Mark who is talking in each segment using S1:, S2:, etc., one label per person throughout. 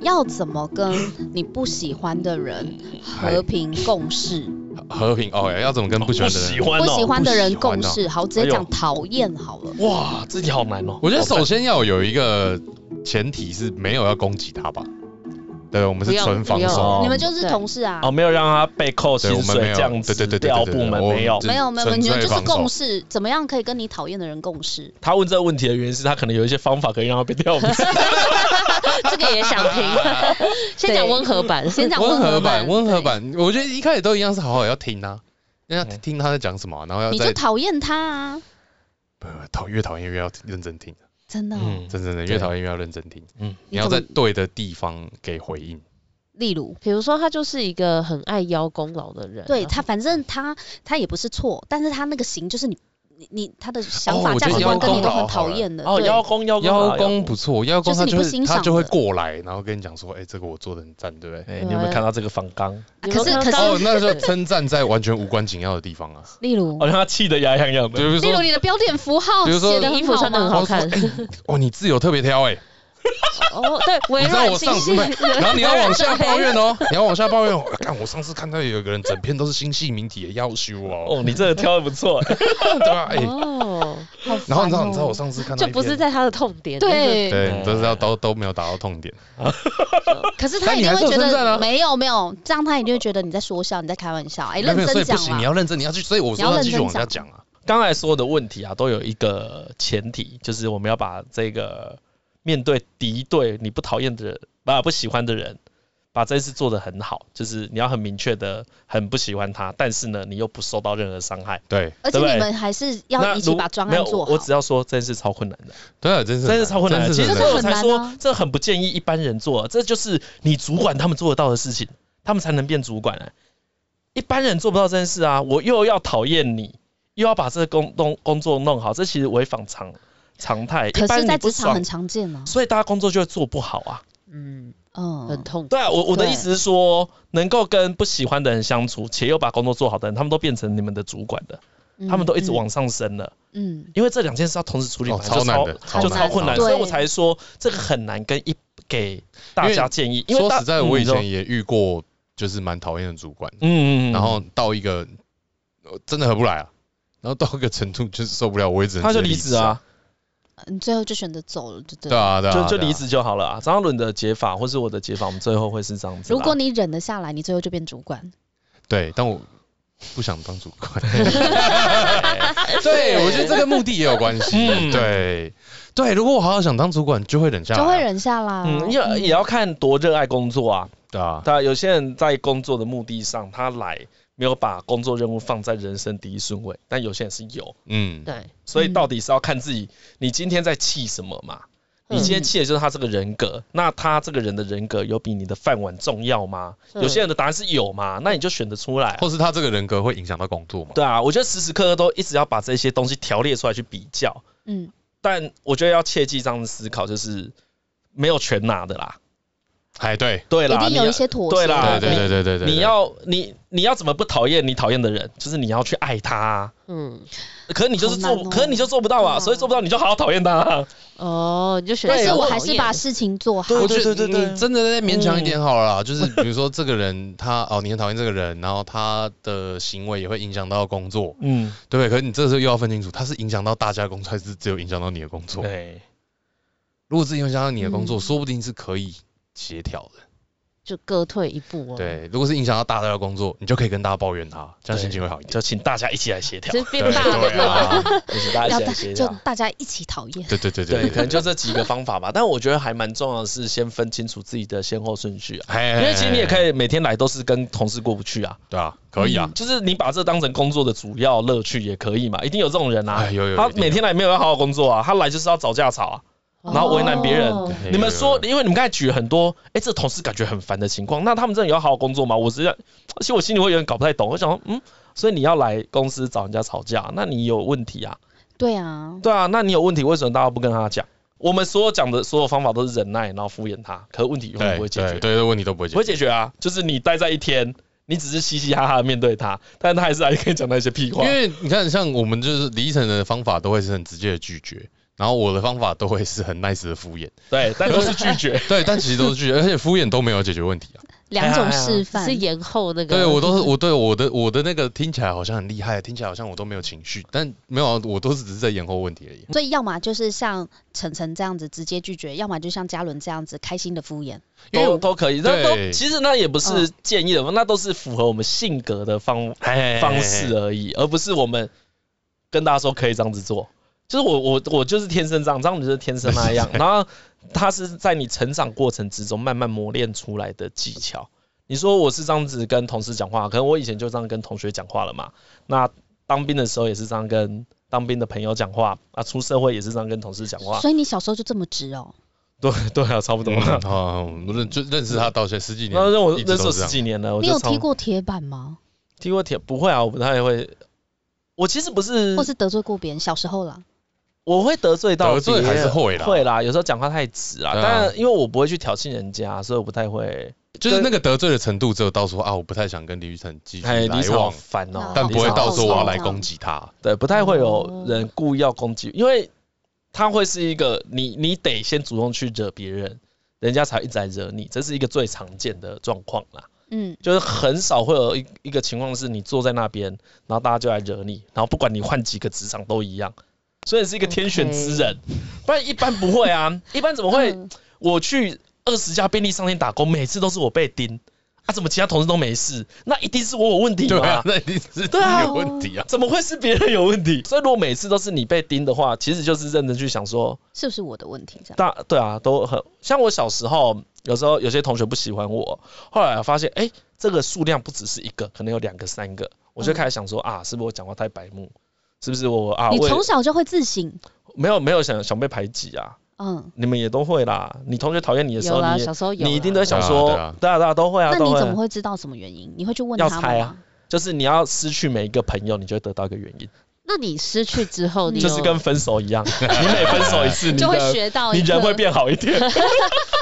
S1: 要怎么跟你不喜欢的人和平共事？
S2: 和平哦，要怎么跟不喜欢 的人？
S3: 喜欢
S1: 不喜欢的人
S2: 不喜欢
S1: 共
S2: 哦
S1: 事，好，直接讲讨厌好了。
S3: 哇，自己好难哦。
S2: 我觉得首先要有一个前提是没有要攻击他吧。对，我们
S1: 不
S2: 是
S1: 用
S2: 纯防
S1: 不用
S2: 守，
S1: 你们就是
S4: 对
S1: 同事啊
S3: 哦，，没有让他被扣薪
S2: 对，我们没
S3: 水
S2: 有，
S3: 这样
S2: 对
S3: 子，
S2: 对对对
S3: 调
S2: 对
S3: 部
S2: 对对
S3: 门
S2: 我们
S3: 没有。
S2: 只
S1: 没有没有，
S2: 纯
S1: 你们就
S2: 粹
S1: 是
S2: 防守
S1: 共事，怎么样可以跟你讨厌的人共事？
S3: 他问这个问题的原因是他可能有一些方法可以让他被调部门。
S5: 这个也 想听，先讲温和版，
S1: 先讲
S2: 温和
S1: 版，
S2: 版，温和
S1: 对。
S2: 版，我觉得一开始都一样是好好要听啊，要听他在讲什么啊，然后要
S1: 你就
S2: 再
S1: 讨厌他啊，
S2: 不不讨越讨厌越要认真听，
S1: 真的哦。
S3: 嗯，
S2: 真真的
S3: 对
S2: 越讨厌越要认真听，
S3: 嗯
S2: 嗯，你要在对的地方给回应，
S1: 例如，
S5: 比如说他就是一个很爱邀功劳的人，啊
S1: 对
S5: 然后
S1: 他，反正他他也不是错，但是他那个行就是你你你他的想
S2: 哦
S1: 法
S2: 我
S1: 价
S2: 觉
S1: 值
S2: 得
S1: 观跟你
S2: 邀功
S1: 都
S2: 劳
S1: 很
S2: 好
S1: 讨
S2: 了
S1: 厌的。
S3: 哦，
S1: 对
S3: 邀功邀功
S2: 邀功，不错，邀功
S1: 就是
S2: 他
S1: 你
S2: 就
S1: 不
S2: 会
S1: 欣
S2: 他
S1: 赏
S2: 就会
S1: 的
S2: 过来，然后跟你讲说，哎，这个我做的很赞，对不 对？
S3: 哎，你有没有看到这个反刚？
S1: 啊可是
S5: 有
S1: 可
S5: 可
S2: 哦
S1: 是，，
S2: 那就称赞在完全无关紧要的地方啊，
S1: 例如
S3: 哦，让他气得牙痒痒
S2: 比
S3: 的。
S2: 如
S1: 例如
S2: 说
S1: 你的标点符号
S2: 比如说
S1: 写的
S5: 你衣服穿的很好 看，
S2: 哦，你字有特别挑哎，
S5: 哦，对，微
S2: 你知道
S5: 软
S2: 我
S5: 星
S2: 上次
S5: 系
S2: 没，然后你要往下抱 怨哦，你要往下抱怨哦。看我上次看到有一个人整篇都是星系名体的要修哦，
S3: 哦，你这个挑的不错。
S2: 对吧？哎，
S5: 哦，
S2: 然后你知道你知
S1: 哦
S2: 道我上次看到
S5: 就
S2: 一
S5: 不是
S2: 篇
S5: 在他的痛点，
S1: 对
S2: 对，
S3: 嗯
S2: 你都知道都都没有达到痛点，
S1: 可是他
S2: 但
S1: 一
S2: 你
S1: 定
S2: 还是
S1: 会
S2: 有
S1: 觉
S2: 称赞
S1: 得
S2: 啊
S1: 没有没有，这样他一定会觉得你在说笑，你在开玩笑。哎，认
S2: 没有所
S1: 真
S2: 以不
S1: 讲
S2: 行，你
S1: 啦，
S2: 要认真，你要去，所以我
S1: 你
S2: 说
S1: 要
S2: 要
S1: 认
S2: 继续
S1: 真
S2: 往下
S1: 讲
S2: 讲啊，
S3: 刚才所有的问题啊，都有一个前提，就是我们要把这个面对敌对你不讨厌的人，啊不喜欢的人，把这件事做得很好，就是你要很明确的很不喜欢他，但是呢，你又不受到任何伤害。
S2: 对
S1: 而且
S3: 对不对
S1: 你们还是
S3: 那
S1: 要一起
S3: 如
S1: 把专
S3: 没
S1: 案
S3: 有
S1: 做好。
S3: 我我只要说这件事超困难的，
S2: 对啊，真是
S3: 这件事超困难的，
S2: 真
S3: 其
S2: 是
S3: 实
S2: 很
S3: 所
S1: 这个
S2: 难
S3: 以我才
S1: 很难
S3: 说
S1: 啊
S3: 这很不建议一般人做，啊这就是你主管他们做得到的事情，他们才能变主管、啊。一般人做不到这件事啊，我又要讨厌你，又要把这个工工工作弄好，这其实违反常常态。
S1: 可
S3: 一般
S1: 是，
S3: 你
S1: 在
S3: 不
S1: 职场
S3: 爽
S1: 很常见啊。
S3: 所以大家工作就会做不好啊。
S5: 嗯，很
S1: 嗯，
S5: 痛，
S3: 对啊，我我的
S1: 对
S3: 意思是说，能够跟不喜欢的人相处，且又把工作做好的人，他们都变成你们的主管了，他们都一直往上升了。
S1: 嗯。嗯
S3: 因为这两件事要同时处理，
S2: 哦
S3: 本来
S2: 超
S3: 就
S2: 难的
S3: 就
S1: 超
S3: 超
S1: 难
S3: 困难，
S1: 超难
S3: 所以我才说这个很难跟一给大家建议。因为
S2: 说
S3: 大
S2: 实在，我以，前
S3: 嗯
S2: 也遇过，就是蛮讨厌的主管，
S3: 嗯嗯，嗯
S2: 然后到一个呃真的合不来啊，然后到一个程度就是受不了，我也只能
S3: 他就
S2: 直接
S3: 离职啊，
S1: 你嗯最后就选择走了，就对
S2: 对
S1: 了。
S2: 啊，对啊，
S3: 就就
S2: 对啊
S3: 离。职就好了啊。张嘉伦的解法或是我的解法，我们最后会是啊这样子啦。
S1: 如果你忍得下来，你最后就变主管。
S2: 对，但我不想当主管。 对，我觉得这跟目的也有关系。
S3: 嗯
S2: 对，对，如果我好好想当主管，就会忍下来啊，
S1: 就会忍下啦。
S3: 嗯，也也要看多热爱工作啊。
S2: 对啊，
S3: 他有些人在工作的目的上，他来没有把工作任务放在人生第一顺位，但有些人是有，
S2: 嗯，
S5: 对，
S3: 所以到底是要看自己，你今天在气什么嘛？
S1: 嗯
S3: 你今天气的就是他这个人格，那他这个人的人格有比你的饭碗重要吗？
S1: 嗯
S3: 有些人的答案是有嘛，那你就选得出来啊、
S2: 或是他这个人格会影响到工作嘛？
S3: 对啊，我觉得时时刻刻都一直要把这些东西条列出来去比较，
S1: 嗯，
S3: 但我觉得要切记这样的思考，就是没有全拿的啦，
S2: 哎，对，
S3: 对
S1: 一
S3: 啦，
S1: 定
S3: 你
S1: 有
S3: 要
S1: 一些妥协。
S3: 对
S2: 对
S3: 啦啊
S2: 对
S3: 你
S2: 对对对对，
S3: 你要你你要怎么不讨厌你讨厌的人？就是你要去爱他、啊，
S5: 嗯，
S3: 可你就是做
S1: 好难
S3: 不，
S1: 哦
S3: 可你就做不到
S1: 对
S3: 啊，
S1: 啊
S3: 所以做不到你就好好讨厌他、啊。
S5: 哦，你就选，
S1: 但是
S3: 对
S1: 我
S3: 我
S1: 还是把事情做好。
S3: 对
S2: 我觉得
S3: 对对对
S2: 你真的再勉强一点
S1: 嗯
S2: 好了啦，就是比如说这个人他哦，你很讨厌这个人，然后他的行为也会影响到工作，
S3: 嗯，
S2: 对不对？可是你这时候又要分清楚，他是影响到大家的工作，还是只有影响到你的工作？
S3: 对，
S2: 如果是影响到你的工作，
S1: 嗯
S2: 说不定是可以协调的。
S5: 就各退一步哦，，
S2: 对，如果是影响到大家的工作，你就可以跟大家抱怨他，这样心情会好一点。
S3: 就请大家一起来协调，
S5: 就
S2: 对
S5: 变大
S2: 对
S5: 了，
S2: 啊，
S3: 请大
S1: 要
S3: 家一
S1: 大
S3: 起来协
S1: 就
S3: 调。
S1: 大家一起讨厌。
S2: 对对对
S3: 对，
S2: 对
S3: 可能就这几个方法吧，但我觉得还蛮重要的是先分清楚自己的先后顺序啊，
S2: 哎，
S3: 因为其实你也可
S2: 以，
S3: 以每天来都是跟同事过不去啊，
S2: 对啊，可以啊，
S3: 就是你把这当成工作的主要乐趣也可以嘛，一定有这种人啊
S2: 哎，有有有一
S3: 他
S2: 定有
S3: 每天来没有要好好工作啊，他来就是要找架吵啊，然后为难别人。
S5: 哦
S2: 对
S3: 你们
S2: 哎
S3: 说，
S2: 有有有
S3: 因为你们刚才举了很多，哎、这同事感觉很烦的情况，那他们真的有好好工作吗？我实在，其实我心里会有点搞不太懂。我想说，嗯，所以你要来公司找人家吵架，那你有问题啊？
S1: 对啊，
S3: 对啊，那你有问题，为什么大家不跟他讲？我们所有讲的所有方法都是忍耐，然后敷衍他，可是问题永远
S2: 对
S3: 不会解决
S2: 对。对对，问题都不会解
S3: 不会
S2: 决。
S3: 解决啊，就是你待在一天，你只是嘻嘻哈哈地面对他，但他还是还可以讲那些屁话
S2: 因。为你看，像我们就是李依晨的方法都会是很直接的拒绝，然后我的方法都会是很 nice 的 敷衍。
S3: 对，但都是拒绝。
S2: 对，但其实都是拒绝，而且敷衍都没有解决问题 啊。
S1: 两种
S3: 哎呀
S1: 示
S5: 只
S1: 范
S5: 是延后那个。嗯
S2: 对我都是我对我的我的那个听起来好像很厉害，听起来好像我都没有情绪，但没有啊，我都是只是在延后问题而已。
S1: 所以要么就是像晨晨这样子直接拒绝，要么就像嘉伦这样子开心的敷衍。
S2: 因为
S3: 都
S2: 我嗯
S3: 都可以，那都
S2: 对
S3: 其实那也不是建议的，那都是符合我们性格的方方式而已，而不是我们跟大家说可以这样子做。就是我我我就是天生这样，这样就是天生 那样。然后它是在你成长过程之中慢慢磨练出来的技巧。你说我是这样子跟同事讲话，可能我以前就这样跟同学讲话了嘛。那当兵的时候也是这样跟当兵的朋友讲话啊，出社会也是这样跟同事 讲话。
S1: 所以你小时候就这么直哦？
S3: 对对啊，差不多。
S2: 嗯啊，我认就认识他到现在十几年，
S3: 那我
S2: 一直
S3: 认识
S2: 都
S3: 我
S2: 是这
S3: 十
S2: 样。
S3: 几年了，我
S1: 你
S3: 就
S1: 有
S3: 超嗯
S1: 踢过铁板吗？
S3: 踢过铁不会啊，我不太会。我其实不是
S1: 或，是得罪过别人？小时候啦，
S3: 我会得罪到
S2: 得罪
S3: 别人
S2: 还是会啦
S3: 会啦。有时候讲话太直啦，
S2: 对啊
S3: 但因为我不会去挑衅人家，所以我不太会。
S2: 就是那个得罪的程度，只有到说啊，我不太想跟李宇晨继续
S3: 哎，
S2: 来
S3: 李好
S2: 往，
S3: 烦哦，
S2: 但不会
S3: 李
S2: 到啊
S3: 少
S2: 说我要来攻击他。
S3: 对，不太会有人故意要攻击，因为他会是一个你你得先主动去惹别人，人家才一直来惹你，这是一个最常见的状况啦。
S1: 嗯，
S3: 就是很少会有一一个情况是你坐在那边，然后大家就来惹你，然后不管你换几个职场都一样，所以是一个天选之人不然一般不会啊，一般怎么会？
S1: 嗯
S3: 我去二十家便利商店打工，每次都是我被盯，啊，怎么其他同事都没事？那一定是我有问题
S2: 对啊
S3: 嘛，？
S2: 那一定是
S3: 对啊
S2: 有问题啊。
S3: 怎么会是别人有问题？所以如果每次都是你被盯的话，其实就是认真去想说，
S1: 是不是我的问题？这样
S3: 大对啊，都很像我小时候，有时候有些同学不喜欢我，后来发现，哎、这个数量不只是一个，可能有两个、三个，我就开始想说、啊，是不是我讲话太白目？是不是我啊？
S1: 你
S3: 我也
S1: 从小就会自省。
S3: 没有没有想想被排挤啊？
S1: 嗯，
S3: 你们也都会啦，你同学讨厌你的时
S5: 有
S3: 候，
S5: 啦，
S3: 你
S5: 小
S3: 也
S5: 时候有啦，
S3: 你一定都会想说，
S2: 对啊
S3: 对啊对啊，都会啊，
S1: 那
S3: 都
S1: 你
S3: 会
S1: 怎么
S3: 啊，
S1: 会知道什么原因？你会去问
S3: 要
S1: 他
S3: 猜
S1: 们
S3: 啊
S1: 吗？
S3: 就是你要失去每一个朋友，你就会得到一个原因，
S5: 那你失去 之后，你
S3: 就是
S5: 有
S3: 跟分手 一样， 你每分手一次，你
S1: 就会
S3: 的
S1: 学到
S3: 你
S1: 一
S3: 人会
S1: 个。
S3: 变好 一点。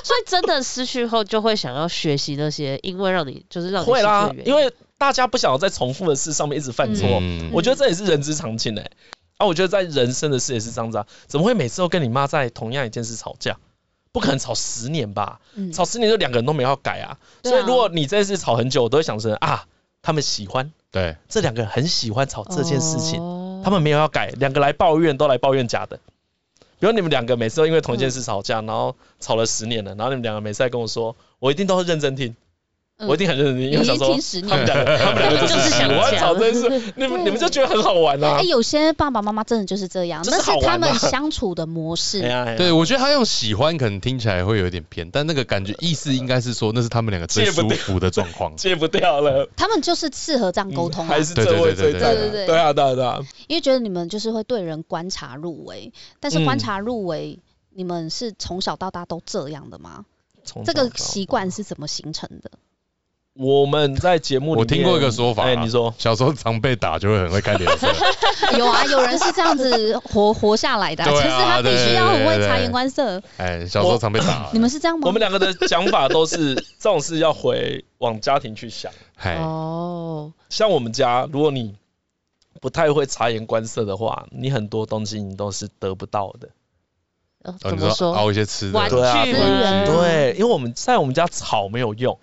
S5: 所以真的失去后，就会想要学习那些，因为让你就是让你
S3: 会
S5: 失
S3: 啦
S5: 去的原，
S3: 因为大家不想要在重复的事上面一直犯错，
S2: 嗯
S3: 我觉得这也是人之常情哎、啊，我觉得在人生的事也是这样子啊，怎么会每次都跟你妈在同样一件事吵架？不可能吵十年吧？
S1: 嗯
S3: 吵十年就两个人都没有要改啊。
S1: 对啊
S3: 所以如果你这次吵很久，我都会想成啊，他们喜欢
S2: 对，
S3: 这两个人很喜欢吵这件事情，
S5: 哦
S3: 他们没有要改，两个来抱怨都来抱怨假的。比如你们两个每次都因为同一件事吵架，然后吵了十年了，然后你们两个每次在跟我说，我一定都会认真听，
S1: 嗯
S3: 我一定很认真听，
S1: 你
S3: 因为我
S1: 已
S3: 想
S1: 经
S3: 说
S1: 听十
S3: 他
S1: 年
S3: 们
S1: 了。
S3: 两个，他们两个就是喜欢吵这件
S5: 哦
S3: 事，你们你们就觉得很好玩啊
S1: 哎，。有些爸爸妈妈真的就是这样，
S3: 就是
S1: 那
S3: 好
S1: 是
S3: 玩
S1: 他们
S3: 啊
S1: 相处的模
S3: 哎
S1: 式。
S3: 呀，哎呀
S2: 对，我觉得他用喜欢可能听起来会有点偏，但那个感觉意思应该是说那是他们两个最
S3: 戒不
S2: 舒
S3: 掉
S2: 服的状 况。
S3: 戒不掉了，
S1: 他们就是适合这样沟通啊
S3: 还，是这位最
S2: 对
S3: 赞
S1: 对
S3: 啊
S1: 对
S3: 对啊对啊对啊，
S1: 因为觉得你们就是会对人观察入微，但
S3: 嗯
S1: 是观察入微，你们是从小到大都这样的吗？
S3: 从
S1: 这
S3: 小
S1: 个
S3: 到
S1: 习惯是怎么形成的？
S3: 我们在节目里
S2: 我
S3: 面
S2: 听过一个说法，
S3: 哎，你说，
S2: 小时候常被打就会很会开 脸色，
S1: 有啊，有人是这样子活 活下来的啊、
S2: 对啊
S1: 就是他必须要很
S2: 对对
S1: 会
S2: 对
S1: 察言观色。
S2: 哎，小时候常被打
S1: 你，们是这样吗？
S3: 我们两个的讲法都是这种事要回往家庭去想。
S2: 哎，
S5: 哦，
S3: 像我们家，如果你不太会察言观色的话，你很多东西你都是得不到的。
S5: 呃
S2: 哦
S5: 怎
S2: 你
S5: 么
S2: 说
S5: 说？
S2: 熬一些吃
S5: 玩具
S2: 的，
S3: 对啊
S5: 吗？
S3: 资
S1: 源啊
S3: 对，因为我们在我们家吵没有用。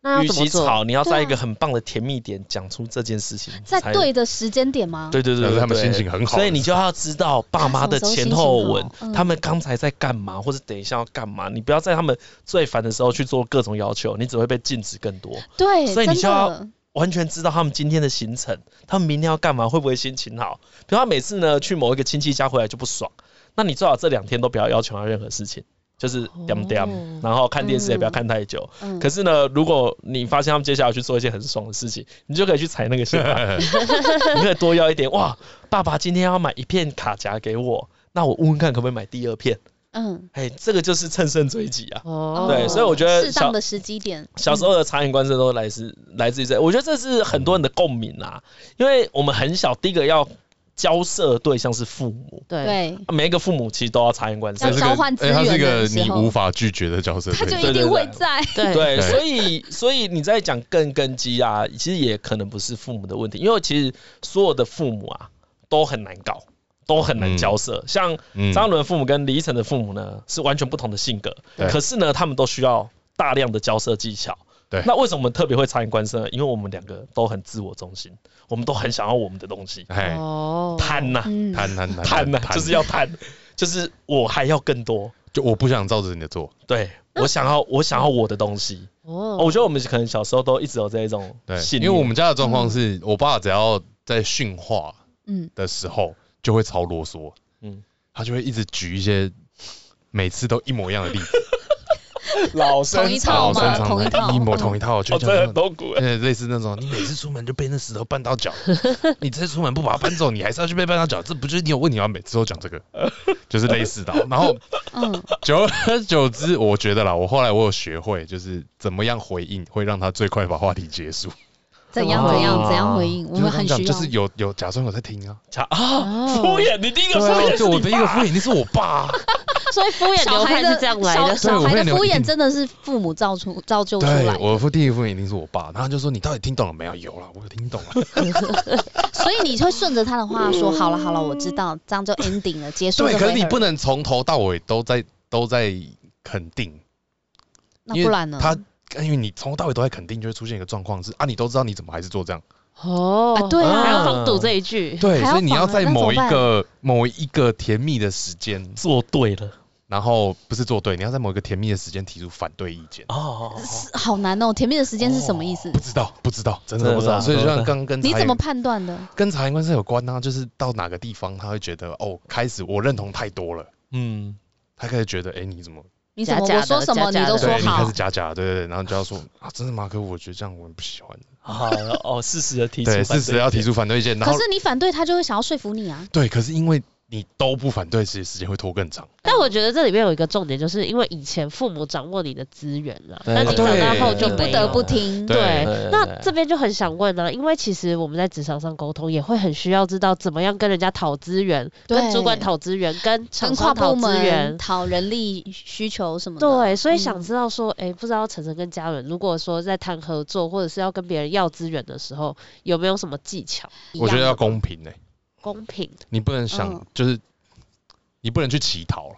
S5: 那
S3: 与
S5: 要怎么
S3: 其吵，
S5: 做？
S3: 你要
S1: 对啊
S3: 在一个很棒的甜蜜点讲出这件事情，
S1: 在
S3: 才
S1: 对的时间点吗？
S3: 对对对
S2: 但
S3: 对，
S2: 是他们
S3: 对
S2: 心情很好
S3: 所以你就要知道爸妈的前后文
S1: 他什么时候心情，好嗯
S3: 他们刚才在干嘛，或者等一下要干嘛，你不要在他们最烦的时候去做各种要求，你只会被禁止更多。
S1: 对，
S3: 所以你
S1: 真
S3: 就要
S1: 的
S3: 完全知道他们今天的行程，他们明天要干嘛，会不会心情好？比如他每次呢去某一个亲戚家回来就不爽，那你最好这两天都不要要求他任何事情，就是点点，
S5: 哦
S3: 然后看电视也不要看太久。
S1: 嗯
S3: 可是呢，如果你发现他们接下来去做一些很爽的事情，你就可以去踩那个线 吧，你可以多要一点。哇，爸爸今天要买一片卡夹给我，那我问问看可不可以买第二片？
S1: 嗯，
S3: 哎，这个就是乘胜追击啊。
S5: 哦
S3: 对所以我觉得
S1: 适
S3: 小
S1: 当的时机点，嗯
S3: 小时候的察言观色都来自来自于这，我觉得这是很多人的共鸣啊，因为我们很小，第一个要交涉的对象是父母，
S5: 对，
S1: 对，
S3: 每一个父母其实都要察言观色
S1: 要
S2: 他，是
S1: 交
S2: 个
S1: 换资
S2: 哎他是
S1: 源
S2: 个
S1: 的时
S2: 你
S1: 候
S2: 无法拒绝的角色，
S1: 他就
S2: 对
S3: 对
S1: 一
S3: 对
S1: 定会
S3: 对
S1: 在，
S5: 对
S3: 对，
S2: 对
S3: 所以所以你在讲更根基啊，其实也可能不是父母的问题，因为其实所有的父母啊都很难搞，都很难交涉。像
S2: 嗯
S3: 张伦父母跟李依晨的父母呢是完全不同的性格，
S2: 对
S3: 可是呢他们都需要大量的交涉技巧。
S2: 对
S3: 那为什么我们特别会察言观色呢？因为我们两个都很自我中心，我们都很想要我们的东西，
S2: 哎，
S5: 哦
S3: 贪呐、
S1: 嗯，
S2: 贪贪贪
S3: 贪呐、啊就是要贪，就是我还要更多。
S2: 就我不想照着你的做，
S3: 对，
S1: 嗯
S3: 我想要我想要我的东西。哦
S5: 哦，
S3: 我觉得我们可能小时候都一直有这一种
S2: 对，
S3: 信
S2: 因
S3: 念，
S2: 为我们家的状况是我爸只要在训话
S1: 嗯，
S2: 的时候就会超啰嗦，
S3: 嗯
S2: 嗯，他就会一直举一些每次都一模一样的例子，
S3: 老
S1: 同一套
S2: 老
S1: 嘛
S2: 生常
S1: 同一套
S2: 谈，一模同一套，
S3: 我
S2: 就
S3: 哦真
S2: 讲
S3: 的
S2: 那
S3: 很
S2: 种
S3: 痛苦。
S2: 呃，类似那种，你每次出门就被那石头绊到 脚，你这次出门不把它搬走，你还是要去被绊到脚，这不就是你有问题吗？每次都讲这 个，就是类似的。然后
S1: 嗯，
S2: 久而久之，我觉得啦，我后来我有学会，就是怎么样回应会让他最快把话题结束。
S1: 怎样怎
S3: 哦
S1: 样怎样回应，我
S2: 就是
S1: 们
S2: 他
S1: 很
S2: 讲
S1: 需要，
S2: 就是有有假装有在听啊，
S3: 啊，
S5: 哦
S3: 敷衍！你第一个敷
S2: 啊
S3: 衍是
S2: 就我
S3: 你
S2: 的一个
S3: 爸
S2: 敷衍，你是我 爸啊，
S5: 所以敷衍
S1: 小
S5: 流
S1: 孩
S5: 派
S1: 的
S5: 是这样来
S1: 小，
S5: 的
S1: 小
S2: 对我
S1: 孩
S2: 会
S1: 的
S2: 留
S1: 敷衍
S2: 意
S1: 真的是父母造出造就出
S2: 对
S1: 来，的，
S2: 我的第一个敷衍一定是我爸，然后他就说你到底听懂了没有？有了，我有听懂啊了，
S1: 所以你会顺着他的话说，好了好了，我知道，这样就 ending 了，结束
S2: 对，啊
S1: 这
S2: 可
S1: 回
S2: 是你
S1: 合
S2: 不，能从头到尾都在都在肯定。
S1: 那
S2: 因为
S1: 不然呢？
S2: 他因为你从头到尾都在肯定，就会出现一个状况是啊，你都知道你怎么还是做这样，
S5: 哦
S1: 啊对啊
S5: 还要防堵这一句，
S2: 对
S1: 还要
S2: 所以你要
S1: 防啊
S2: 在
S1: 那怎么
S2: 某一
S1: 办
S2: 个某一个甜蜜的时间，
S3: 做对了
S2: 然后不是做对，你要在某一个甜蜜的时间提出反对意见。
S3: 哦，
S1: 是好难哦，甜蜜的时间是什么意思
S2: 不？知道，不知道，真
S3: 真
S2: 的
S3: 的
S2: 不知道。
S3: 不
S2: 所
S3: 知道
S2: 以就像刚刚跟
S1: 你
S2: 察
S1: 怎
S2: 言
S1: 么判断的？
S2: 跟察言观色有关呢、啊就是到哪个地方他会觉得哦，开始我认同太多了，
S3: 嗯，
S2: 他开始觉得哎、你怎么
S1: 你怎么
S5: 假假
S1: 我
S5: 的
S1: 说什么
S5: 假
S1: 你
S5: 假的
S1: 都
S5: 我
S1: 说
S2: 对你开
S1: 好
S2: 始？假假的，对对对，然后你就要说啊，真的吗？可我觉得这样我很不喜欢。
S3: 好 哦，适时的提出，
S2: 对，事实要提，出反对意见，然
S1: 可
S2: 后
S1: 是你反对他就会想要说服你啊，
S2: 对，可是因为你都不反对，其实时间会拖更长。
S5: 但我觉得这里面有一个重点，就是因为以前父母掌握你的资源了，
S3: 对
S5: 那你长大后就
S1: 你不
S3: 对
S5: 没有
S1: 得
S5: 了
S1: 不。听。
S2: 啊对
S5: 对
S3: 对，对
S5: 那这边就很想问呢、因为其实我们在职场上沟通也会很需要知道怎么样跟人家讨资源，
S1: 对
S5: 跟主管讨资源，跟
S1: 跟
S5: 厂
S1: 跨
S5: 商讨
S1: 部
S5: 资
S1: 门
S5: 源。
S1: 讨人力需求什么的，
S5: 对，所以想
S1: 嗯
S5: 知道说，哎、不知道晨晨跟嘉伦，如果说在谈合作或者是要跟别人要资源的时候，有没有什么技巧？
S2: 我觉得
S5: 一
S2: 要
S5: 样的
S2: 公平呢、欸
S5: 公平，
S2: 你不能想、
S1: 嗯
S2: 就是你不能去乞讨了，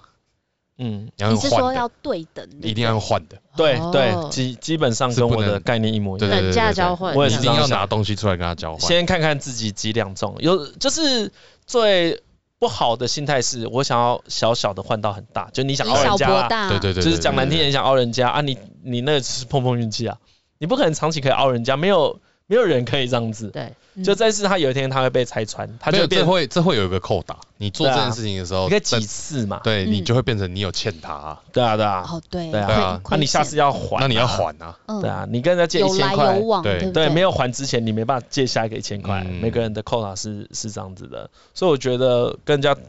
S3: 嗯，
S2: 你要
S1: 你
S2: 用
S1: 是说
S2: 换的，
S1: 要对等？
S2: 一定要用换的，
S3: 对
S5: 哦
S3: 对，基基本上跟我
S2: 是不
S3: 的
S2: 能
S3: 概念一模一
S2: 对
S3: 样。
S2: 对
S5: 等
S2: 对
S5: 价
S2: 对
S5: 交
S2: 对，
S5: 换。
S3: 我也
S2: 一
S3: 是
S5: 这
S3: 这
S5: 样
S2: 定
S3: 样
S2: 要
S3: 想
S2: 拿东西出来跟他交换。
S3: 先看看自己几两重，有就是最不好的心态是我想要小小的换到很大，就你想
S1: 以
S3: 要人
S1: 小
S3: 家
S1: 博
S3: 啦，
S1: 大，
S2: 对对对，
S3: 就是讲难听
S2: 对
S3: 点，想凹人家啊，你你那个是碰碰运气啊，你不可能长期可以凹人家，没有没有人可以这样子，
S5: 对，
S1: 嗯
S3: 就但是他有一天他会被拆穿，他
S2: 没
S3: 就
S2: 有
S3: 变
S2: 这会这会有一个扣打，你做
S3: 对
S2: 这
S3: 啊
S2: 件事情的时候，
S3: 你可以
S2: 这
S3: 几次嘛，
S2: 对你
S1: 嗯
S2: 就会变成你有欠他啊，
S3: 对啊对啊，
S1: 哦对
S3: 对啊
S1: 会
S2: 对啊
S3: 那
S1: 亏
S3: 你下
S1: 欠
S3: 次要还，
S2: 那你要，还啊，
S1: 嗯
S3: 对啊，你跟人家借一
S1: 有
S3: 千
S1: 来
S3: 块
S1: 有，往，
S2: 对
S1: 不
S3: 对，
S1: 嗯对，
S3: 没有还之前你没办法借下一个一千块，
S2: 嗯
S3: 每个人的扣打是是这样子的，所以我觉得跟人家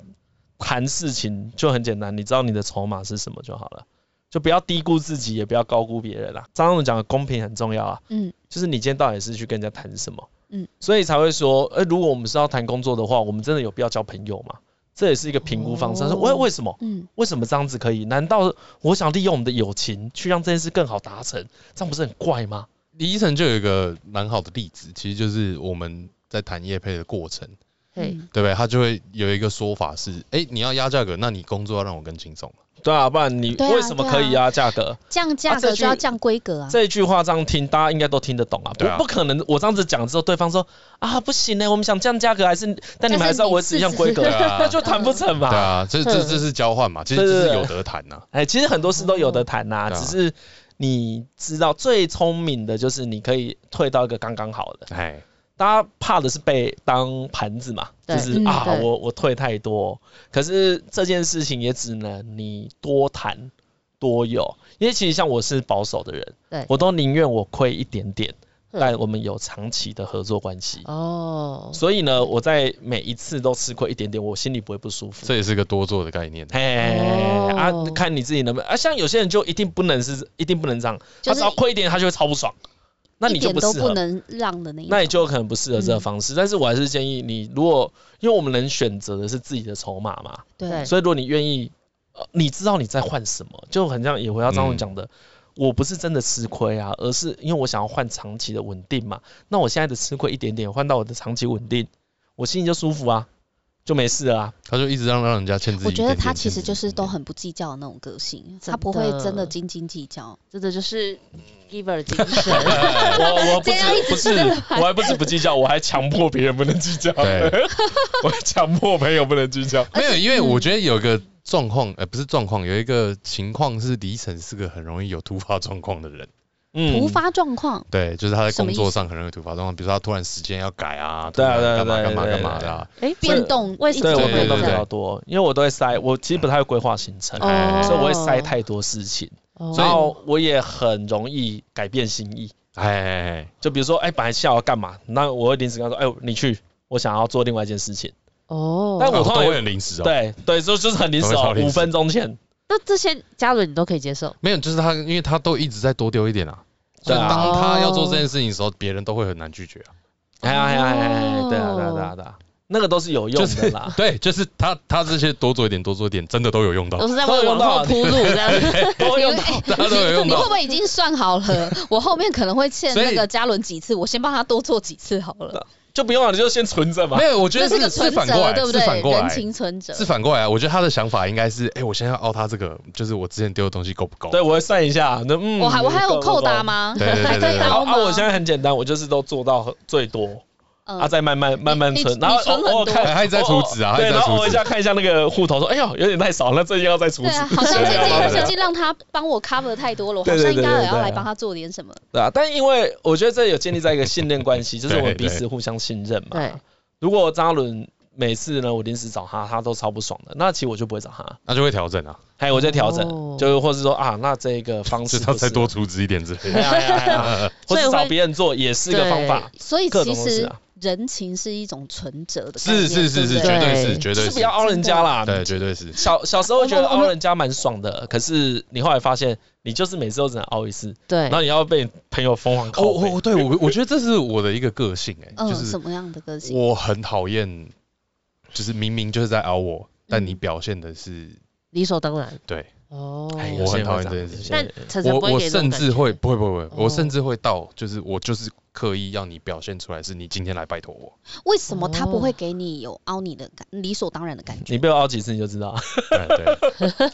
S3: 谈事情就很简单，你知道你的筹码是什么就好了，就不要低估自己，也不要高估别人啦。啊张总讲的公平很重要啊，
S1: 嗯，
S3: 就是你今天到底是去跟人家谈什么，
S1: 嗯，
S3: 所以才会说，呃，如果我们是要谈工作的话，我们真的有必要交朋友吗？这也是一个评估方式。
S5: 哦
S3: 说为为什么？
S1: 嗯，
S3: 为什么这样子可以？难道我想利用我们的友情去让这件事更好达成？这样不是很怪吗？
S2: 李医生就有一个蛮好的例子，其实就是我们在谈业配的过程，
S5: 嘿，
S2: 对不对？他就会有一个说法是，哎，你要压价格，那你工作要让我更轻松。
S3: 对啊，不然你
S1: 对啊
S3: 为什么可以啊？价、格
S1: 降价
S3: 这
S1: 格
S3: 句
S1: 就要降规格啊，
S3: 这一句话这样听，大家应该都听得懂啊。
S2: 对啊
S3: 不不可能，我这样子讲之后，对方说啊不行呢、我们想降价格，还是但你们还是要维持一样规格，
S2: 但是你是
S3: 那 就谈不成嘛。
S2: 对啊，这这这是交换嘛，其实这是有得谈呐、
S3: 哎，其实很多事都有得谈呐、
S2: 哦对啊
S3: 只是你知道最聪明的就是你可以退到一个刚刚好的。
S2: 哎，
S3: 大家怕的是被当盘子嘛，
S5: 对
S3: 就是、
S1: 嗯
S3: 啊，
S5: 对
S3: 我我退太多。可是这件事情也只能你多谈多有，因为其实像我是保守的人，
S5: 对
S3: 我都宁愿我亏一点点，
S5: 嗯
S3: 但我们有长期的合作关系，
S5: 哦，
S3: 所以呢，我在每一次都吃亏一点点，我心里不会不舒服。
S2: 这也是个多做的概念。
S3: 嘿、
S5: 哦
S3: 啊，看你自己能不能啊，像有些人就一定不能是，一定不啊能这样，
S1: 就
S3: 他
S1: 是
S3: 只要亏一点，他就会超不爽，那
S1: 一
S3: 你就
S1: 点都
S3: 适
S1: 不
S3: 合，
S1: 能让的那一
S3: 那你
S1: 种
S3: 就可能不适合这个方
S1: 嗯
S3: 式。但是我还是建议你，如果因为我们能选择的是自己的筹码嘛，
S5: 对
S1: 对
S3: 所以如果你愿意，呃，你知道你在换什么，就很像也回到张
S1: 嗯
S3: 总讲的，我不是真的吃亏啊，而是因为我想要换长期的稳定嘛。那我现在的吃亏一点点，换到我的长期稳定，我心里就舒服啊，就没事 了啊。
S2: 他就一直让让人家欠自己
S1: 我
S2: 一
S1: 觉
S2: 点点。
S1: 得他其
S2: 欠自
S1: 实
S2: 己
S1: 就
S2: 一
S1: 是
S2: 点
S1: 都
S2: 点
S1: 很不计较的那种个性，他
S5: 真
S1: 不会真
S5: 的
S1: 的斤斤计较。
S5: 真的就是 giver 精神，
S3: 我我不
S1: 这样一
S3: 是
S1: 直
S3: 不是，我还不是不计较，我还强迫别人不能计较，
S2: 对
S3: 我还强迫朋友不能计较。
S2: 没有，因为我觉得有个状况，呃，不是状况，有一个情况是李晨是个很容易有突发状况的人。
S3: 嗯
S1: 突发状况，
S2: 对，就是他在
S1: 什么
S2: 工
S1: 意
S2: 作
S1: 思
S2: 上很容易有突发状况，比如说他突然时间要改啊，突
S3: 对啊
S2: 然
S3: 对啊
S2: 干嘛
S3: 对啊
S2: 干嘛
S3: 对啊
S2: 干嘛
S3: 对
S2: 的
S3: 啊
S2: 啊。
S5: 哎，
S1: 变动
S5: 为什
S3: 对
S5: 么
S3: 我
S2: 对
S3: 变
S2: 对
S5: 会
S3: 动
S5: 这
S3: 比
S2: 对
S5: 样？
S3: 较多，因为我都会塞，我其实不太会规划行程，
S5: 哦
S3: 所以我会塞太多事情。
S1: 哦
S3: 然后我也很容易改变心意，
S2: 哎哎，哎
S3: 就比如说，哎、本来下午要干嘛，那我会临时跟他说，哎、你去，我想要做另外一件事情。
S5: 哦，
S3: 但我
S2: 哦
S3: 通
S2: 都
S3: 常
S2: 会
S3: 有
S2: 很临时哦。，
S3: 对对，就就是很临时
S2: 我会超
S3: 哦，
S2: 临时
S3: 五分钟前。
S5: 那这些嘉伦你都可以接受，
S2: 没有，就是他，因为他都一直在多丢一点啊。所
S3: 对
S2: 以
S3: 啊
S2: 当他要做这件事情的时候，别人都会很难拒绝啊。
S3: 哎呀哎呀哎呀哎呀，对啊对啊
S5: 哦
S3: 对啊对啊，那个都是有用的啦。
S2: 对，就是他他这些多做一点多做一点，真的都有用到
S3: 嗯
S5: 都，是在为往后铺路 这样。
S3: 都会用到
S2: 大家都有用
S1: 你会
S2: 到
S1: 不。会已经算好了？我后面可能会欠
S2: 所以
S1: 那个嘉伦几次，我先帮他多做几次好了。
S3: 就不用了，你就先存着嘛
S2: 没。有，我觉得
S1: 这是
S2: 是
S1: 个
S2: 是
S1: 存
S2: 反过
S1: 折，
S2: 来，
S1: 对不
S2: 是反
S1: 对？
S2: 过
S1: 人
S2: 来，
S1: 情存折。
S2: 是反过来，我觉得他的想法应该是，哎、我现在要凹他这个，就是我之前丢的东西够不够？
S3: 对，我会算一下。那嗯，
S1: 我还我还有
S3: 够
S1: 扣打？吗？
S2: 对对
S1: 还
S2: 对
S1: 可以
S2: 对对
S3: 够
S1: 凹
S3: 够啊
S1: 吗？
S3: 啊！我现在很简单，我就是都做到最多，
S1: 嗯
S3: 啊，再慢慢慢慢
S1: 你
S3: 存，
S1: 你
S3: 然后
S1: 你存
S3: 偶
S1: 很
S3: 偶尔
S1: 多
S3: 看
S2: 哎他一直在
S3: 偶
S2: 储值啊他一
S3: 对，
S2: 直在
S3: 然后
S2: 储
S3: 偶尔
S2: 值
S3: 一下看一下那个户头，说，哎呦，有点太少，那最近要再储
S1: 对
S3: 值
S1: 啊，。好像
S3: 对
S1: 最
S3: 啊麻
S1: 近
S3: 烦
S1: 最
S3: 了
S1: 近让他帮我 cover 太多了，我好
S3: 对对
S1: 像应
S3: 对
S1: 该
S3: 对
S1: 也要
S3: 对
S1: 来
S3: 啊
S1: 帮他做点什么。
S3: 对啊，但因为我觉得这有建立在一个信任关系，就是我们
S2: 对
S3: 彼
S2: 对
S3: 此互相信任嘛。
S5: 对，
S3: 如果张嘉伦每次呢，我临时找他，他都超不爽的，那其实我就不会找他，
S2: 那就会调整啊，
S3: 还有我就调整，
S5: 哦
S3: 就或是说啊，那这个方
S2: 就
S3: 式
S2: 是他
S3: 不
S2: 再
S3: 是啊
S2: 多，出资一点之类
S3: 哎
S2: 的。
S3: 呀哎呀 哎呀或
S5: 所以
S3: 是
S5: 会
S3: 找别人做也是一个方法，
S1: 所以
S3: 各
S1: 其
S3: 种都是
S1: 实
S3: 啊
S1: 人情是一种存折的概念，
S2: 是是是是，
S1: 对不对
S2: 绝对是
S5: 对
S2: 绝
S3: 就
S2: 对
S3: 是
S2: 是
S3: 不，要凹人家啦。
S2: 对，绝对是。
S3: 小小时候觉得
S1: 我们我们
S3: 凹人家蛮爽的，可是你后来发现，你就是每次都只能凹一次，
S5: 对
S3: 然，后你要被朋友疯狂
S2: 哦
S3: 扣
S2: 哦，对我我觉得这是我的一个个性哎、就
S1: 嗯，
S2: 是
S1: 什么样的个性？
S2: 我很讨厌，就是明明就是在凹
S5: 嗯
S2: 我，但你表现的是
S5: 理所当然。
S2: 对，
S5: 哦，
S3: 哎
S2: 我很讨厌
S3: 有些人会这样
S2: 这件事
S3: 有些
S5: 但
S3: 人
S5: 晨晨
S2: 我
S5: 不会
S2: 我
S5: 给你这种
S2: 甚
S5: 感
S2: 至
S5: 觉
S2: 会不会不会，我
S5: 哦
S2: 甚至会到就是我就是刻意要你表现出来是你今天来拜托我，
S1: 为什么他不会
S5: 哦
S1: 给你有凹你的感理所当然的感觉？
S3: 你被我凹几次你就知道。
S2: 对哎